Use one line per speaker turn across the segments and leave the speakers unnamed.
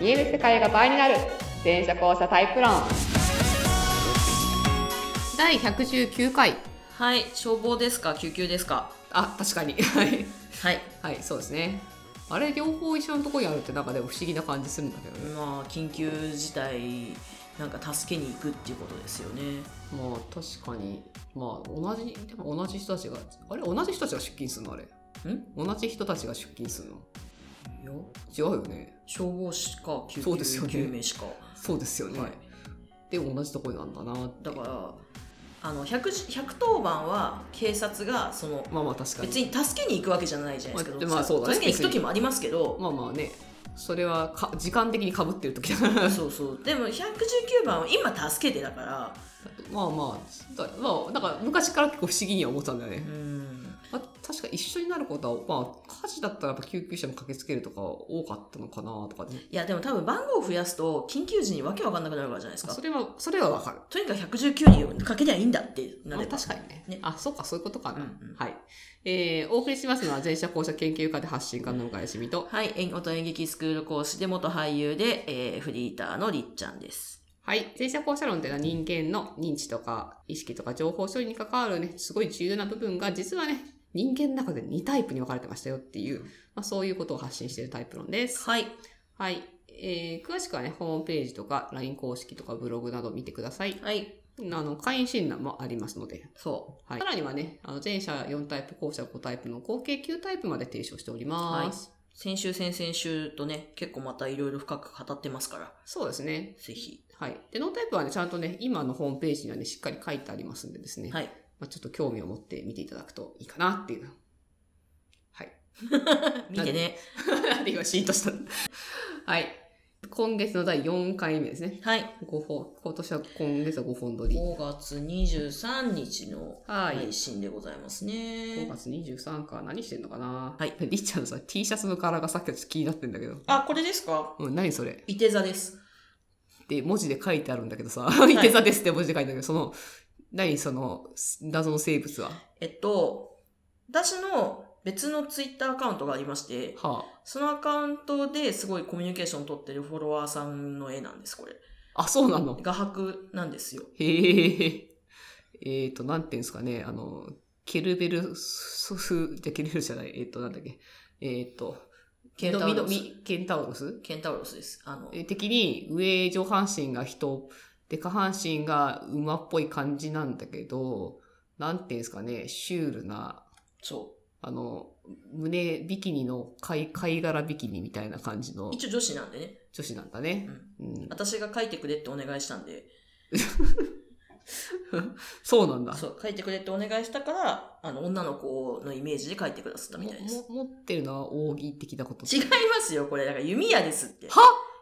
見える世界が倍になる全車交差タイプ論第119回
はい消防ですか救急ですか
あ確かに はい
はい
はいそうですねあれ両方一緒のとこにあるってなんかでも不思議な感じするんだけどね
まあ緊急事態なんか助けに行くっていうことですよね
まあ確かにまあ同じでも同じ人たちがあれ同じ人たちが出勤するのあれ
ん
同じ人たちが出勤するの
いや
違うよね
消防士か救
そうですよ
急
ね
救命士か、
そうですよね、
はい
で同じとこになんだなって
だからあの 100, 110番は警察がその
まあまあ確かに
別に助けに行くわけじゃないじゃないですか、
まあまあそうだね
助けに行く時もありますけど、
まあまあねそれはか時間的にかぶってる時だから
そうそうでも119番は今助けてだから
まあまあだまあなんか昔から結構不思議には思ってたんだよね、
うん
まあ、確か一緒になることはまあ火事だったらやっぱ救急車も駆けつけるとか多かったのかなとかね
いやでも多分番号を増やすと緊急時にわけわかんなくなるからじゃないですか
それはそれはわかる
とにかく119にかけりゃいいんだってな
まあ
れば
確かにね
ね
あそうかそういうことかな、
うんうん
はいえー、お送りしますのは前者後者研究家で発信家の向井しみと
はい演元演劇スクール講師で元俳優で、えーフリーターのりっちゃんです
はい。前者後者論というのは人間の認知とか意識とか情報処理に関わるね、すごい重要な部分が実はね、人間の中で2タイプに分かれてましたよっていう、まあ、そういうことを発信しているタイプ論です。
はい
はい。えー詳しくはね、ホームページとか LINE 公式とかブログなど見てください。
はい
あの、会員診断もありますので。
そ
はい。さらにはね、あの前者4タイプ、後者5タイプの合計9タイプまで提唱しております。
う先週先々週とね結構またいろいろ深く語ってますから
そうですね。
ぜひ
はい。で、ノータイプはね、ちゃんとね、今のホームページにはね、しっかり書いてありますんでですね。
はい
まあ、ちょっと興味を持って見ていただくといいかなっていう。はい。
見てね
なんで今シーンとしたのはい。今月の第4回目ですね。
はい
5本。今年は今月は5本撮り。
5月23日の
はい
配信でございます
5
ね、
月23か何してんのかな
はい。
りっちゃんのさ、T シャツの柄がさっきからちょっと気になってんだけど。
あこれですか
うん、何それ
いて座です
って文字で書いてあるんだけどさ、いて座ですって文字で書いてあるけど、その、何その、謎の生物は。
えっと私の別のツイッターアカウントがありまして
は
そのアカウントですごいコミュニケーション取ってるフォロワーさんの絵なんです、これ。
あ。あ、そうなの
画伯なんですよ。
へえ。えっ、と、なんていうんですかね、あの、ケルベルソフ、じゃ、ケルベルじゃない、えっ、と、なんだっけ、えっ、と、
ケンタウロ
みの
ス。
みケンタウロス
ケンタウロスです。あの、
え的に、上上半身が人、で、下半身が馬っぽい感じなんだけど、なんていうんですかね、シュールな、
そ
あの、胸ビキニの貝貝殻ビキニみたいな感じの
う。一応女子なんでね。
女子なんだね。うん、
私が描いてくれってお願いしたんで、
そうなんだ。
そう、描いてくれってお願いしたから、あの、女の子のイメージで描いてくださったみたいで
も
す。
も持ってるのは扇的なこと。
違いますよ、これ。だから弓矢ですって。
は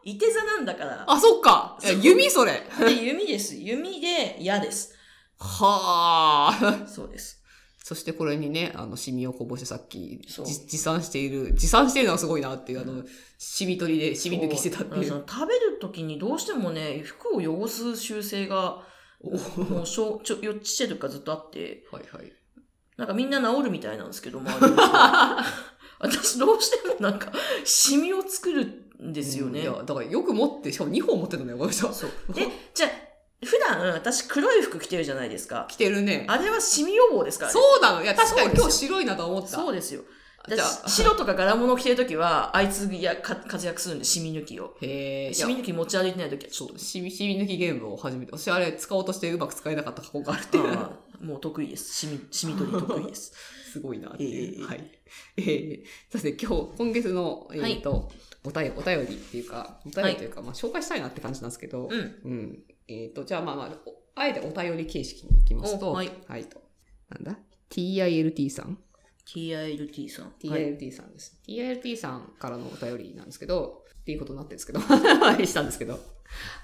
射手座なんだから。
あ、そっかいや弓それ
で、弓です。弓で矢です。
はあ。
そうです。
そしてこれにね、あの、シミをこぼしてさっき、
そう
じ持参している、持参しているのがすごいなっていう、あ
う
の、シミ取りで、シミ抜きしてたってい。
そうう食べる時にどうしてもね、服を汚す習性が、
おー
もう小、ちょ、幼稚してるからずっとあって、
はいはい。
なんかみんな治るみたいなんですけど、周りの人私どうしてもなんか、シミを作るんですよね。
いや、だからよく持って、しかも2本持ってたのよ、この人。
そう。 で、じゃあ普段私黒い服着てるじゃないですか。
着てるね。
あれはシミ予防ですからね。
そうなのいや、確かに
そ
今
うで
日
す
白いなと思った。
そうですよ。だ
じゃ
し白とか柄物着てるときは、あいつやか活躍するんで、シミ抜きを。
あ、 へえ。
シミ抜き持ち歩いてないときは、ちょっと。
シミ、シミ抜きゲームを始めて、私あれ使おうとしてうまく使えなかった過去があるっていう。
あー もう得意です。シミ、シミ取り得意です。
すごいなっていう。
ええ
はい。 ええさて、今日、今月の、えっ、
はい
と、お便お便りっていうか、お便りというか、まあ、紹介したいなって感じなんですけど、
うん。
うん。えっ、と、じゃあ、まあまあ、おあえてお便り形式に行きますと、
おはい。
はい。となんだ ?TILT さん
TILT さん。はい
?TILT さんです、TILT さんからのお便りなんですけど、っていうことになってるんですけど、 はいしたんですけど。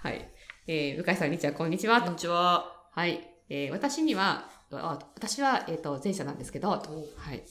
はい。えー、向井さん、りっちゃん、こんにちは。
こんにちは。
はい、えー私にはあ私は、えー、と前者なんですけど、はい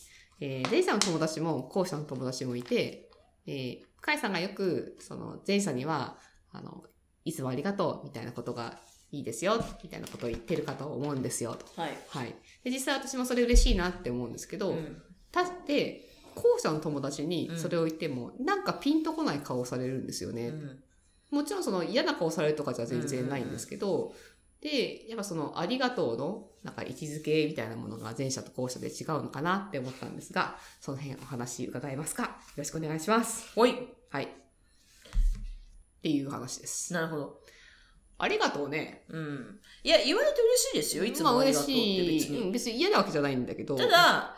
えー前者の友達も後者の友達もいて、えー、深井さんがよくその前者にはあのいつもありがとうみたいなことがいいですよみたいなことを言ってるかと思うんですよと、
はい。
はい、で実際私もそれ嬉しいなって思うんですけど、
うん
たって後者の友達にそれを言っても、なんかピンとこない顔をされるんですよね。
うん
もちろんその嫌な顔されるとかじゃ全然ないんですけど、で、やっぱそのありがとうの、なんか位置づけみたいなものが前者と後者で違うのかなって思ったんですが、その辺お話伺えますかよろしくお願いします。
ほい。
はい。っていう話です。
なるほど。
ありがとうね。
うん。いや、言われて嬉しいですよ。いつ
ま
も
あ
あり
嬉
がとうっ
し
て別
い。う
に。
ん別に嫌なわけじゃないんだけど。
ただ、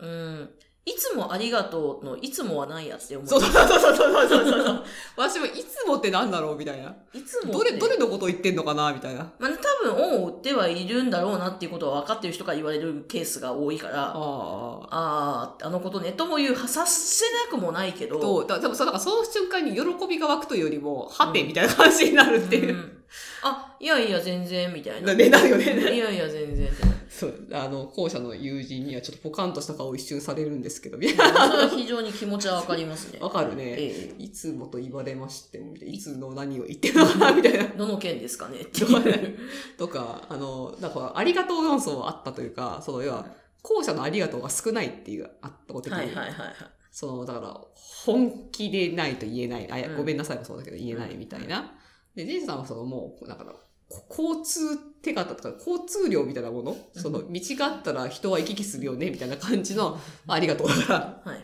うん。いつもありがとうの、いつもはないやって思う。
そうそうそうそうそうそうそうそう。 私もいつもってなんだろうみたいな。
いつも
どれ、
ね
どれのことを言ってんのかなみたいな。
まあ、多分、恩を売ってはいるんだろうなっていうことは分かってる人から言われるケースが多いから、あ
ああ。
あー、あのことね、とも言う、はさせなくもないけど、
と、だでもさ、なんかその瞬間に喜びが湧くというよりも、はてみたいな感じになるっていうう。
んあ、いやいや、全然、みたいな。
ね、なるよ
い
ね。
やいや、全然。
そう、あの、後者の友人にはちょっとポカンとした顔を一瞬されるんですけど、みたい
それは非常に気持ちは分かります ね
な。。わかるね。
え
いつもと言われましても、みたいないつの何を言ってるのかな、みたいな。
え、どの件ですかねっていう。
とか、あの、なんか、ありがとう論争はあったというか、その、要は、後者のありがとうが少ないっていう、あったことに、
はいはいはいはい。
その、だから、本気でないと言えない。あ、いや
うん
ごめんなさいもそうだけど、言えないみたいな。で、ジェイさんはその、もう、だから、こ交通手形とか、交通量みたいなもの、
うん
その、道があったら人は行き来するよね、みたいな感じの、まあありがとうだから。
はいはい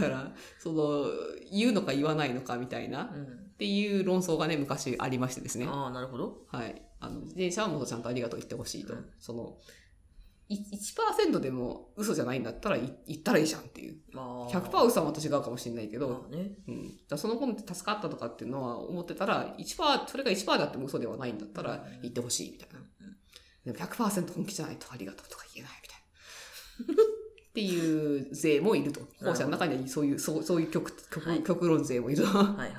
だから、その、言うのか言わないのかみたいな、
い。
っていう論争がね、昔ありましてです
う
ね
ん、。ああ、なるほど。
はい。あの、自転車はもっとちゃんとありがとう言ってほしいと。
うん
その、い1%でも嘘じゃないんだったらい言ったらいいじゃんっていう。
まあ、
100%嘘はまた違うかもしれないけど、
まあね。
うん。だからその本って助かったとかっていうのは思ってたら、1%、それが1%だっても嘘ではないんだったら
うん
言ってほしいみたいな。でも100%本気じゃないとありがとうとか言えないみたいな。っていう勢もいると。後者の中にはそういう、そうそういう極極,、
はい
極論勢もいると。
はいはいはいはい。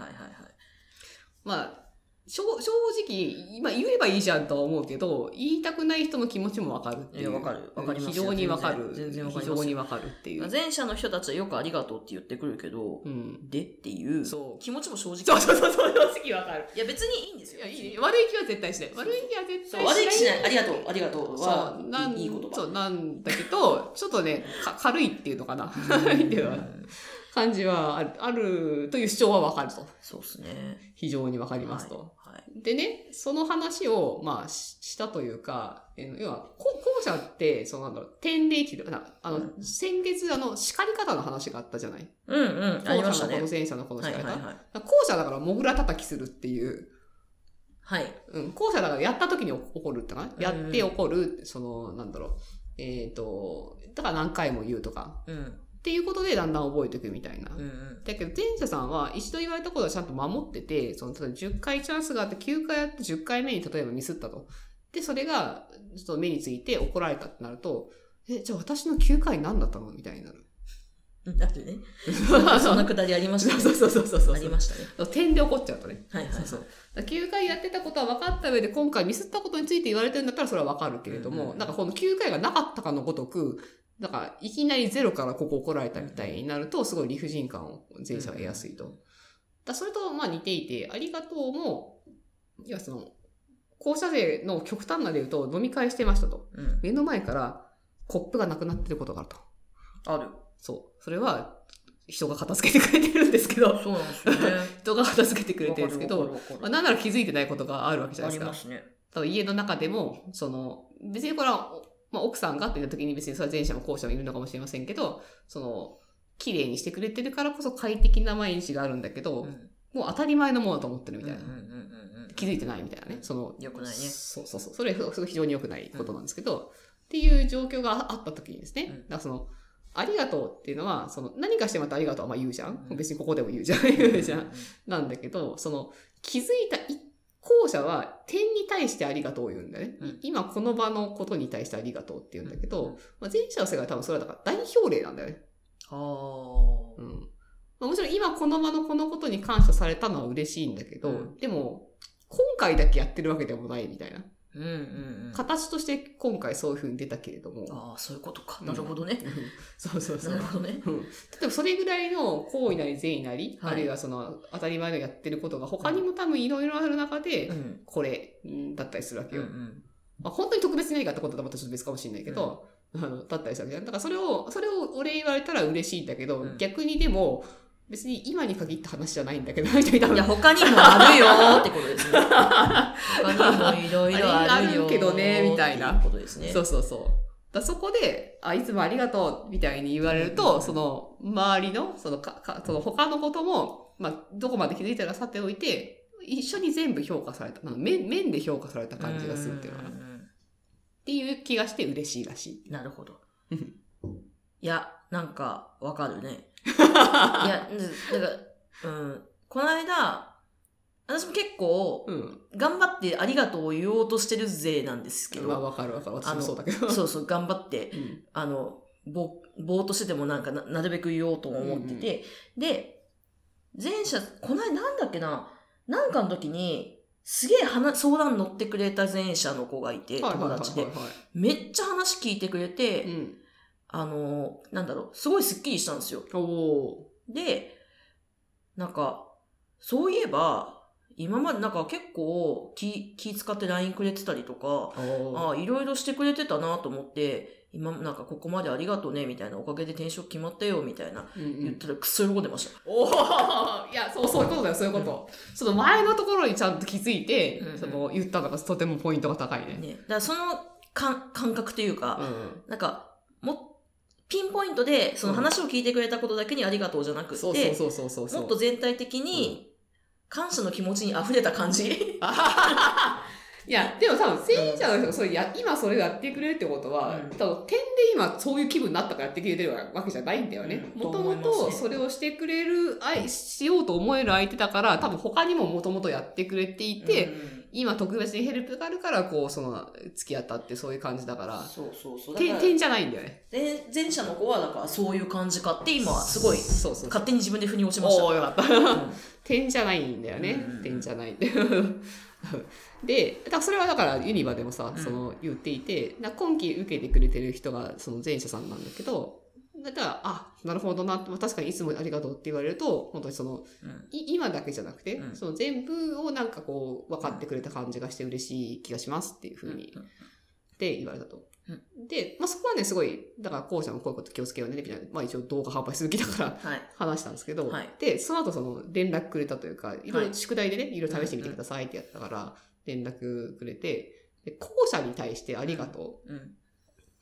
まあ、正正直、まあ、言えばいいじゃんとは思うけど、言いたくない人の気持ちもわかるってい。
いうやわかるわかります
非常にわかる。
全然全然わか
非
ります
常にわかるっていう。
前者の人たちはよくありがとうって言ってくるけど、
うん。
でっていう
そう
気持ちも正直
そうそうそう、そう正直わかる。
いや別にいいんです
い
よ
や、いいね。悪い気は絶対しない。悪い気は絶
そ
対
う悪い気しないありが
う。
とうありがとうは
そう、なん
いいいい言葉
そう、なんだけど、 ちょっとね、か軽いっていうのかな。軽いっていうのかな 感じはあるあるという主張はわかると。
そうですね
非常にわか
あ
りますと。
はい
でね、その話を、まあ、ししたというか、えー要は、こ後者って、そのなんだろう、天霊期となあの、
う
先月、あの、叱り方の話があったじゃない
うんうんありました
後者のこ
ね
の前者のこの
は
叱
い
り
はい
方。
は
だ
い
から後者だから、モグラ叩きするっていう、
はい
うん、後者だからやった時に起こるってかな、
うん
やって起こる、その、なんだろう、えっ、と、だから何回も言うとか、
うん
っていうことでだんだん覚えていくみたいな。
うんうん
だけど前者さんは一度言われたことはちゃんと守ってて、その例えば10回チャンスがあって9回やって10回目に例えばミスったと。で、それがちょっと目について怒られたってなると、え、じゃあ私の9回何だったのみたいになる。
うんだってねそんなくだりありました ね
そうそうそうそうそう
ありましたね
点で怒っちゃうとね。
はいはいはい
そうそうだから9回やってたことは分かった上で今回ミスったことについて言われてるんだったらそれは分かるけれども、
うんうん
なんかこの9回がなかったかのごとく、なんかいきなりゼロからここ怒られたみたいになるとすごい理不尽感を前者は得やすいと。だからそれとまあ似ていて、ありがとうも、いやその、校舎税の極端な例で言うと飲み会してましたと。
うん
目の前からコップがなくなってることがあると。
ある
そう。それは人が片付けてくれてるんですけど、
そうなんですよね
人が片付けてくれてるんですけど、
わかるわ
ま
か
あ、
る
なんなら気づいてないことがあるわけじゃ
あ
ないで
り
す
ま
か。
すね
多分家の中でも、その、別にこれは、まあ、奥さんがって言った時に別にそれは前者も後者もいるのかもしれませんけど、その、綺麗にしてくれてるからこそ快適な毎日があるんだけど、
うん
もう当たり前のものだと思ってるみたいな。
うんうんうんうんうん
気づいてないみたいなね。その、
良くないね
そうそうそう。それは非常に良くないことなんですけど、っていう状況があった時にですね、
う
だ
ん
からその、ありがとうっていうのは、その、何かしてまたありがとうはまあ言うじゃん、
うん
別にここでも言うじゃん、言うじゃん。なんだけど、その、気づいた一後者は点に対してありがとうを言うんだよね。い
うん
今この場のことに対してありがとうって言うんだけど、
うん
まあ、前者の世界は多分それはだから代表例なんだよね。
あ
う
あ
んまあ、もちろん今この場のこのことに感謝されたのは嬉しいんだけど、
うん
でも、今回だけやってるわけでもないみたいな。
うんうんうん
形として今回そういう風に出たけれども。
ああ、そういうことか。
うん
なるほどね。
そうそうそ
な
う
る。ほどね。
うん例えばそれぐらいの行為なり善意なり、
はい
あるいはその当たり前のやってることが他にも多分いろいろある中で、
うん。
これんだったりするわけ
うんう
よ。
ん。
まあ、本当に特別な意味があったことはまたちょっと別かもしれないけど、あのだったりするわけじゃん。だからそれを、それをお礼言われたら嬉しいんだけど、
うん
逆にでも、別に今に限った話じゃないんだけど、みたいな。
いや、他にもあるよーってことですね。他にもいろいろあるよー
あるけどねみたいな
ってうことですね。
そうそうそう。だそこで、あ、いつもありがとう、みたいに言われる
うんうん
と、
うん
その、周りの、その、か、か、その他のことも、まあ、どこまで気づいたらさておいて、一緒に全部評価された。なんか面、面で評価された感じがするっていうのかな。っ
んんうん
ていう気がして嬉しいら しい。
なるほど
うん。
いや、なんか、わかるね。いや、うんだから、うん。この間、私も結構、
うん。
頑張ってありがとうを言おうとしてる勢なんですけ
まあ、
ど、
わかるわかる。
あ
私
の
もそうだけど。
そうそう、頑張って、
うん。
あの、ぼ、ぼーっとしててもなんかな、なるべく言おうとも思ってて、で、前者、この間なんだっけな、なんかの時に、すげえ話、相談乗ってくれた前者の子がいて、
はいはい
友
はい
達で、
は
めっちゃ話聞いてくれて、
い。うん。
あの、なんだろう、すごいスッキリしたんですよ。
おお
で、なんか、そういえば、今までなんか結構気、気使って LINE くれてたりとか、
ー。おー
ああ、いろいろしてくれてたなと思って、今、なんかここまでありがとうね、みたいな、おかげで転職決まったよ、みたいな、
うんう
言っ
ん
たらくっそ喜んでました。
おーいや、そう、そういうことだよ、そういうこと。その前のところにちゃんと気づいて
うんう、ん
その、言ったのがとてもポイントが高いね。
ね。だからその感、感覚というか、
う
なんか、も、ピンポイントで、その話を聞いてくれたことだけにありがとうじゃなく
ん。
て、
そうそうそうそうそうそう。
もっと全体的に、感謝の気持ちに溢れた感じ。
いや、でも多分、戦者の人がそれや、今それをやってくれるってことは、
うん
多分、点で今そういう気分になったからやってくれてるわけじゃないんだよね。
うん
もとも
と思いま
と
す
そ
ね
れをしてくれる、愛、しようと思える相手だから、多分他にももともとやってくれていて、
うん
今特別にヘルプがあるから、こう、その、付き合ったってそういう感じだから、
そうそうそう。だか
点、
ら
点じゃないんだよね。
前前者の子はだからそういう感じかって今はすごい
そうそうそう。
勝手に自分で腑に落ちました。
おー、よかった。
うん
点じゃないんだよね
うんうんう。ん
点じゃない。 で、だからそれはだからユニバでもさ
う、ん
その言っていて、な今期受けてくれてる人がその前者さんなんだけど、だから、あ、なるほどな、確かにいつもありがとうって言われると、本当にその、
うん
い今だけじゃなくて、
うん
その全部をなんかこう、分かってくれた感じがして嬉しい気がしますっていうふうに、で言われたと。
うん
で、まあ、そこはね、すごい、だから後者もこういうこと気をつけようね、みたいな、まあ一応動画販売する気だから、
はい。
話したんですけど、
はい
で、その後その連絡くれたというか、いろい
は
ろ
い
宿題でね、いろいろ試してみてくださいってやったから、連絡くれて、で、後者に対してありがとう。
うん。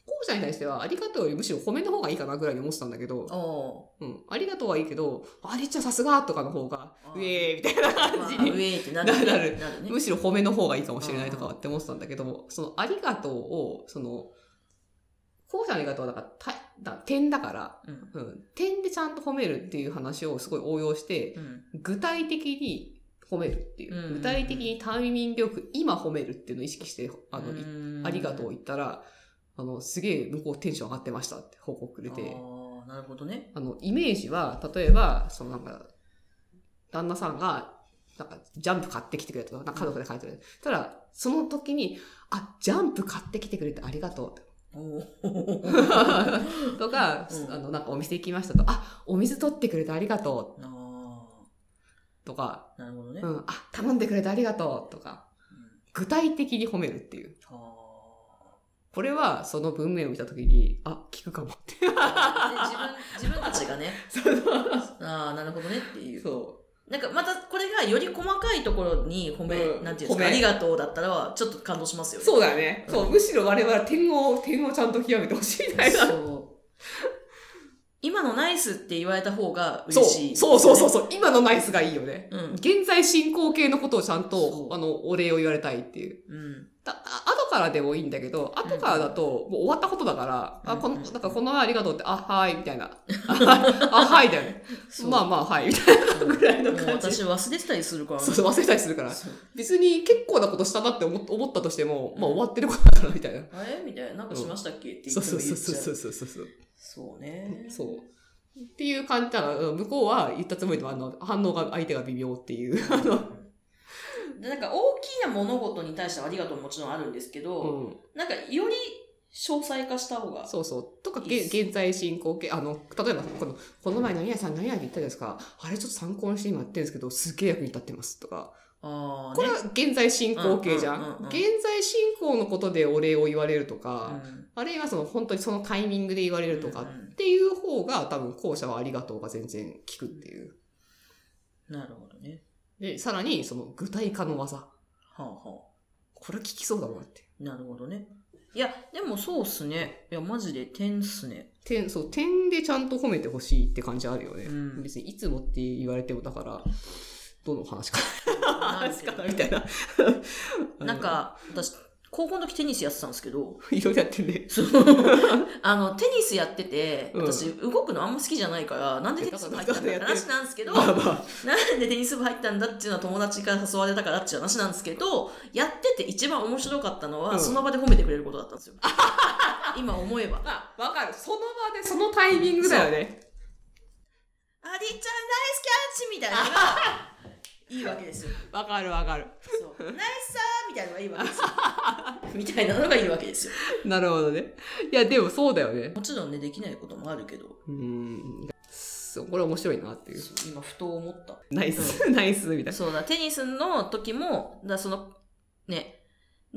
後者に対してはありがとうよりむしろ褒めの方がいいかなぐらいに思ってたんだけど、
お
うん、ありがとうはいいけど、ありっちゃんさすがとかの方が
あ、ー
うえーみたいな
ー。ま
感
あ、
じ
上
に。
ってなるね。
なる
なるね。
むしろ褒めの方がいいかもしれないとかって思ってたんだけど、そのありがとうを、その、後者のありがとうはなんかただ点だから、
うん
うん、点でちゃんと褒めるっていう話をすごい応用して、
うん
具体的に褒めるっていう、
うんうんうん
具体的にタイミングよく今褒めるっていうのを意識してあの、いありがとうを言ったらあのすげえ向こうテンション上がってましたって報告くれて
ああ、なるほどね。
あのイメージは例えばそのなんか旦那さんがなんかジャンプ買ってきてくれたとなんか家族で買ってくれた、たらその時に「あジャンプ買ってきてくれてありがとう」
おー
とか、
うん
あのなんかお店行きましたと「あお水取ってくれてありがとう
あ」
とか
ーなるほ
「
どね。
う
うん
ん、あ頼んでくれてありがとう」とか具体的に褒めるっていう。これはその文面を見たときに、あ、聞くかもって。
あーで自分、自分たちがね、ああ、なるほどねっていう。
そ
なんかまたこれがより細かいところに褒め、
うん
なんていうんです
褒め
か、ありがとうだったらちょっと感動しますよ
う。
ね。
そうだよね。そう、むしろ我々は点を、点をちゃんと極めてほしいみたいな。
そう今のナイスって言われた方が
そう
嬉しい、
そうそうそう
う。
そう。今のナイスがいいよね。
うん。
現在進行形のことをちゃん
そ
と、
う
あの、お礼を言われたいっていう。
うん。
だあ後からでもいいんだけど、後からだと、もう終わったことだから、あ、この、
うんう
な
ん
んかこの前ありがとうって、あ、はい、みたいな。 あ、あはいだよね。
そう
まあまあ、はい、みたいなぐらいの
もう
感じ。
私忘れてたりするからね。
そうそう、忘れたりするから。
そう
別に結構なことしたなって思思ったとしても、まあ終わってることだからみたいな。
あれみたいな、なんかしましたっけっていつ
そ
も
う
言っち
そ
ゃ。
ううそうそううそうそうそう。
そうね。
そう。っていう感じだから、うん向こうは言ったつもりでもあの反応が相手が微妙っていう。あの
でなんか大きな物事に対してはありがとうももちろんあるんですけど、
うん、
なんかより詳細化した方が。
そうそう。とか、
いい
げ
っす
現在進行形、あの、例えば、この、この前何々さん何々って言ったじゃないですか、あれちょっと参考にして今やってるんですけど、すげえ役に立ってますとか、
ああ、
これは現在進行形じゃ
うんうんうんうん
ん。現在進行のことでお礼を言われると
う
か、
ん
あるいはその本当にそのタイミングで言われるとか
うん
っ、ていう方が多分後者はありがとうが全然効くっていう。
うんなるほどね。
で、さらにその具体化の技。
はあは
これ効きそうだもんって。
あ。なるほどね。いや、でもそうっすね。いや、マジで点っ すね。
点、そう、点でちゃんと褒めてほしいって感じあるよね。
うん
別にいつもって言われても、だから、どの話か。
な
話かなみたいな。
なん、か、私、高校の時テニスやってたんです けど、
いろいろやってるね。
そうあの、テニスやってて、
うん
私、動くのあんま好きじゃないから、なんでテニス部入ったんだって話なんですけど、
まあ
な
まあ。
んでテニス部入ったんだっていうのは友達から誘われたからっていう話なんですけど、やってて一番面白かったのは、
うん
その場で褒めてくれることだったんですよ。 今思えば。
まあ、わかる。その場で、そのタイミングだよね。
アディちゃんナイスキャッチみたいなの が、いいわけですよ。
わかるわかる。
そうナイスさーみたいなのがいいわけですよ。 みたいなのがいいわけですよ。
なるほどね。いや、でもそうだよね。
もちろんね、できないこともあるけど、
うん。そう、これ面白いなっていう。
今、ふと思った。
ナイス、ナイス、みたいな。
そうだ、テニスの時も、だその、ね、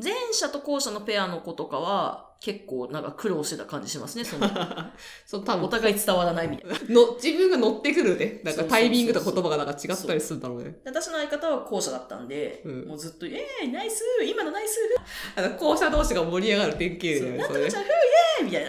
前者と後者のペアの子とかは、結構なんか苦労してた感じします ね、その、
そう、多
お
分
互い伝わらないみたいな。
の、自分が乗ってくるね。なん
そうそうそう
か
そう
タイミングとか言葉がなんか違ったりするんだろうね。
私の相方は後者だったんで、
うん
もうずっと、イエーイ、ナイス今のナイス
あの、校舎同士が盛り上がる典型
そ
だ
う
よね、
なん
それ
とか
ね
ちゃん、ふうイエーイみたい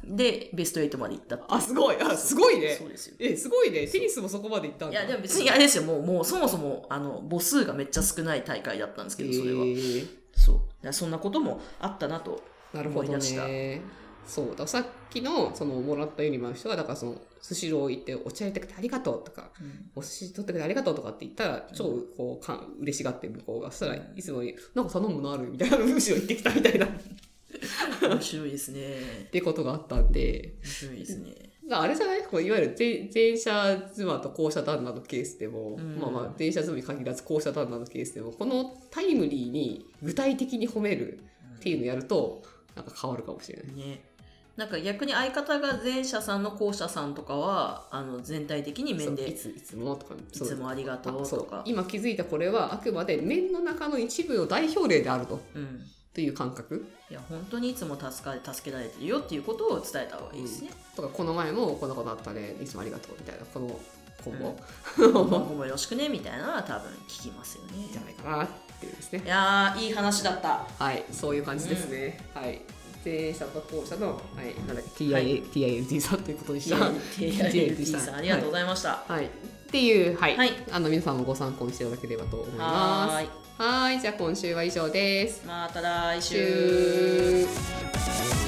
な。で、ベスト8まで行ったっていう
あ、すごい。あ、すごいね
そ。うですよ。
え、すごいね。テニスもそこまで行ったん
い
だ。
や、でも別にあれですよ、もう、もうそもそも、あの、母数がめっちゃ少ない大会だったんですけど、それは。
へー
そう。だからそんなこともあったなと。
なるほ
思
ど
い出した
ね。そう。だからさっきの、その、もらったユニバーの人は、だからその、スシロー行って、お茶入れてくれてありがとうとか、お寿司取ってくれてありがとうとかって言ったら、
う
超、こう、かん、嬉しがって向こうが。そしたら
うん、
いつもに、なんか頼むのあるみたいな、 むしろ言ってきたみたいな、っ
面白いですね。
てことがあったんで、
面白いですね。
だからあれじゃないこういわゆる前前者妻と後者旦那のケースでも、
うん
まあまあ、前者妻に限らず後者旦那のケースでも、このタイムリーに具体的に褒めるっていうのをやると、なんか変わるかもしれない。
ねなんか逆に相方が前者さんの後者さんとかはあの全体的に面
そう
で
い
い
つ、いつもとか、そう
つもありがと
あ
う
そ
と
う
か
今気づいたこれはあくまで面の中の一部の代表例であると
うん
という感覚、
いや本当にいつも助か助けられてるよっていうことを伝えた方がいいですね、
とかこの前もこんなことあったねいつもありがとうみたいなこの今後、
今後もよろしくねみたいなのは多分聞きますよね
じゃないかなっていうですね
いやーいい話だった
はいそういう感じですね、はい前者と後者の、はい、なんだっけ TIA、
はい
TILT さんということでした
TLT さんありがとうございましたは
はいっていうはい、
はい
あの皆さんもご参考にしていただければと思い
ーい
ますはいじゃあ今週は以上です
また来週
週